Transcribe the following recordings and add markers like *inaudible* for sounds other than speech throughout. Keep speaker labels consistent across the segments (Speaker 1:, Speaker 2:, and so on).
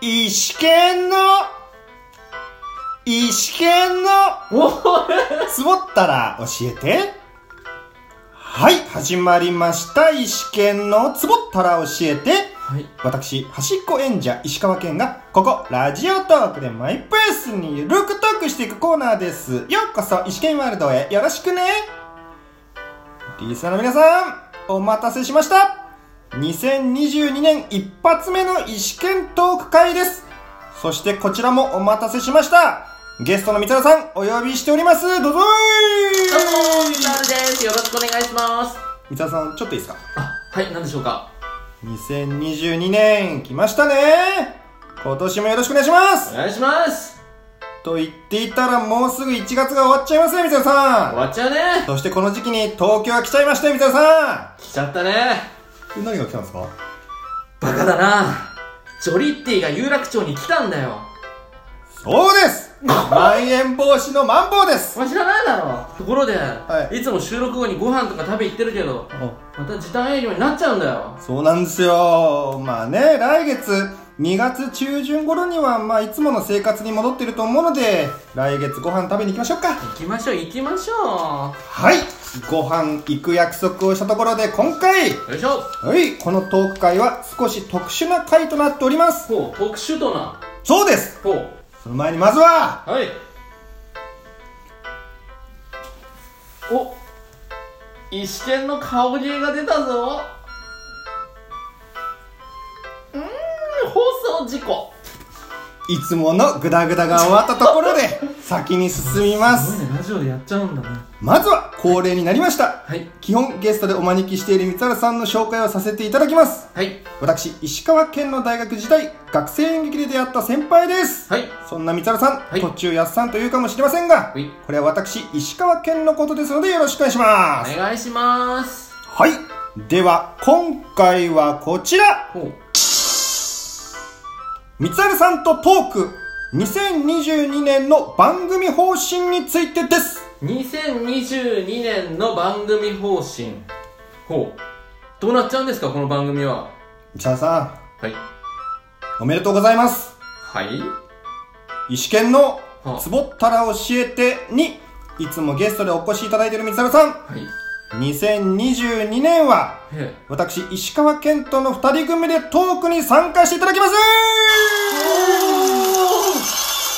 Speaker 1: 石剣の石剣の
Speaker 2: お
Speaker 1: 積もったら教えてはい始まりました石剣の積もったら教えて
Speaker 2: はい。
Speaker 1: 私端っこ演者石川県がここラジオトークでマイペースにルークトークしていくコーナーですようこそ石剣ワールドへよろしくねリスナーの皆さんお待たせしました2022年一発目の石剣トーク会ですそしてこちらもお待たせしましたゲストの三田さんお呼びしておりますどうぞ
Speaker 2: どうも、み
Speaker 1: ー
Speaker 2: なるです。よろしくお願いします。
Speaker 1: 三田さんちょっといいですか
Speaker 2: あ、はい、なんでしょうか。
Speaker 1: 2022年来ましたね今年もよろしくお願いします
Speaker 2: お願いします。
Speaker 1: と言っていたらもうすぐ1月が終わっちゃいますね、三沢
Speaker 2: 終
Speaker 1: さ
Speaker 2: わっちゃうね
Speaker 1: ん。。そしてこの時期に東京が来ちゃいましたよ、三沢さ
Speaker 2: 来ちゃったね。
Speaker 1: ん。え何が来たんですか
Speaker 2: バカだな。ジョリッティが有楽町に来たんだよ。
Speaker 1: そうですまん延防止のマンボウです
Speaker 2: お前知らないだろ。ところで、
Speaker 1: い
Speaker 2: い、つも収録後にご飯とか食べ行ってるけど、また時短営業になっちゃうんだよ。
Speaker 1: そうなんですよ。まあね、来月、2月中旬頃には、まあいつもの生活に戻ってると思うので、来月ご飯食べに行きましょうか。
Speaker 2: 行きましょう、行きましょ
Speaker 1: はいご飯行く約束をしたところで今回
Speaker 2: う。よいしょ。
Speaker 1: はい、このトーク会は少し特殊な回となっております。
Speaker 2: ほう、特殊とな。
Speaker 1: そうです
Speaker 2: ほう。
Speaker 1: その前にまずは、
Speaker 2: はい。お、石剣の顔芸が出たぞ。うーん、放送事故。
Speaker 1: いつものグダグダが終わったところ
Speaker 2: *laughs*
Speaker 1: で、先に進みます。
Speaker 2: ね、ラジオでやっちゃうんだね。
Speaker 1: まずは恒例になりました。
Speaker 2: はい。
Speaker 1: 基本ゲストでお招きしている三原さんの紹介をさせていただきます。
Speaker 2: はい。
Speaker 1: 私、石川県の大学時代、学生演劇で出会った先輩です。
Speaker 2: はい。
Speaker 1: そんな三原さん、
Speaker 2: はい
Speaker 1: 途中やっさんと言うかもしれませんが、
Speaker 2: はい
Speaker 1: これは私、石川県のことですのでよろしくお願いします。
Speaker 2: お願いします。
Speaker 1: はい。では、今回はこちら
Speaker 2: ほう。
Speaker 1: 三るさんとトーク2022年の番組方針についてです
Speaker 2: 2022年の番組方針。ほう。どうなっちゃうんですか、この番組は。
Speaker 1: 三沢さ
Speaker 2: はい。
Speaker 1: ん、おめでとうございます
Speaker 2: はい
Speaker 1: 石剣の
Speaker 2: はあ
Speaker 1: つぼったら教えてにいつもゲストでお越しいただいている三るさん
Speaker 2: はい。へ
Speaker 1: 2022年は
Speaker 2: え。
Speaker 1: 私石川健人の二人組でトークに参加していただきます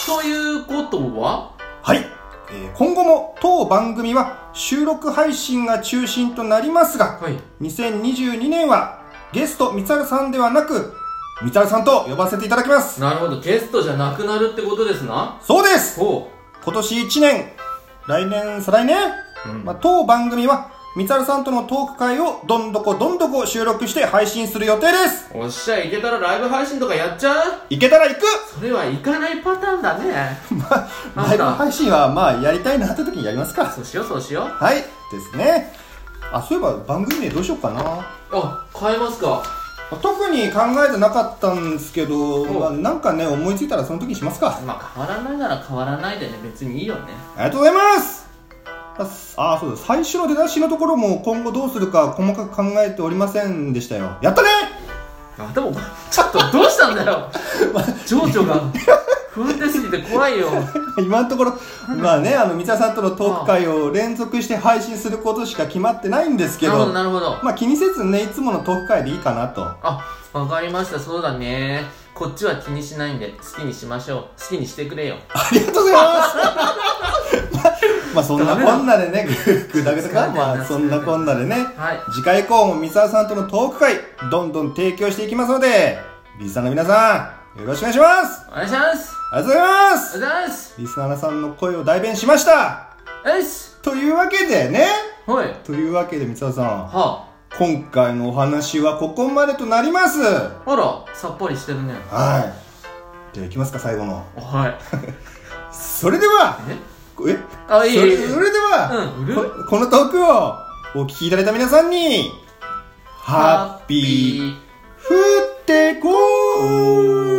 Speaker 2: ということは
Speaker 1: はい、えー今後も当番組は収録配信が中心となりますが
Speaker 2: はい。
Speaker 1: 2022年はゲスト三原さんではなく三原さんと呼ばせていただきます
Speaker 2: なるほど、ゲストじゃなくなるってことですな。
Speaker 1: そうです
Speaker 2: ほ
Speaker 1: 今年1年来年再来年、
Speaker 2: う。うん
Speaker 1: まあ、当番組は三原さんとのトーク会をどんどこどんどこ収録して配信する予定です
Speaker 2: おっしゃ、いけたらライブ配信とかやっちゃう
Speaker 1: 行けたら行く
Speaker 2: それはいかないパターンだ *laughs* ね。
Speaker 1: まあ
Speaker 2: なんだ
Speaker 1: ライブ配信はまあやりたいなって時にやりますから
Speaker 2: そうしよう、そうしよう。
Speaker 1: はいですねあそういえば番組名どうしようかな
Speaker 2: あ、変えますか。
Speaker 1: 特に考えてなかったんですけど、
Speaker 2: うん
Speaker 1: まあ、なんかね思いついたらその時にしますか
Speaker 2: まあ、変わらないなら変わらないでね、別にいいよね。
Speaker 1: ありがとうございますああそうだ最初の出だしのところも今後どうするか細かく考えておりませんでしたよやったね *laughs*
Speaker 2: あ、でも、ちょっとどうしたんだ *laughs* よ。情緒が不安定すぎて怖 *laughs* いよ。
Speaker 1: 今のところまあねあの三田さんとのトーク会を連続して配信することしか決まってないんですけ
Speaker 2: なる
Speaker 1: ど
Speaker 2: ほど、なるほど。
Speaker 1: まあ気にせずねいつものトーク会でいいかなと
Speaker 2: あ、わかりました、そうだね。こっちは気にしないんで、好きにしましょう。好きにしてくれよ。
Speaker 1: ありがとうござ
Speaker 2: *laughs*
Speaker 1: いますまあそんなこんなでねぐぐだぐだかまあそんなこんなでね
Speaker 2: はい。
Speaker 1: 次回以降も三沢さんとのトーク会どんどん提供していきますのでリスナーの皆さんよろしくお願いします
Speaker 2: お願いします。
Speaker 1: ありがとうございます
Speaker 2: お願いします。
Speaker 1: リスナーさんの声を代弁しました
Speaker 2: よし。
Speaker 1: というわけでね
Speaker 2: はい。
Speaker 1: というわけで三沢さん
Speaker 2: は
Speaker 1: 今回のお話はここまでとなります
Speaker 2: あ。あら、さっぱりしてるね。
Speaker 1: はいじゃあいきますか最後の
Speaker 2: はい。
Speaker 1: それでは
Speaker 2: え
Speaker 1: え
Speaker 2: あ、いい
Speaker 1: そ
Speaker 2: いい
Speaker 1: れ
Speaker 2: いい。
Speaker 1: それでは、
Speaker 2: うんうる
Speaker 1: ここのトークをお聞きいただいた皆さんにハッピー
Speaker 2: ー。
Speaker 1: 降ってこー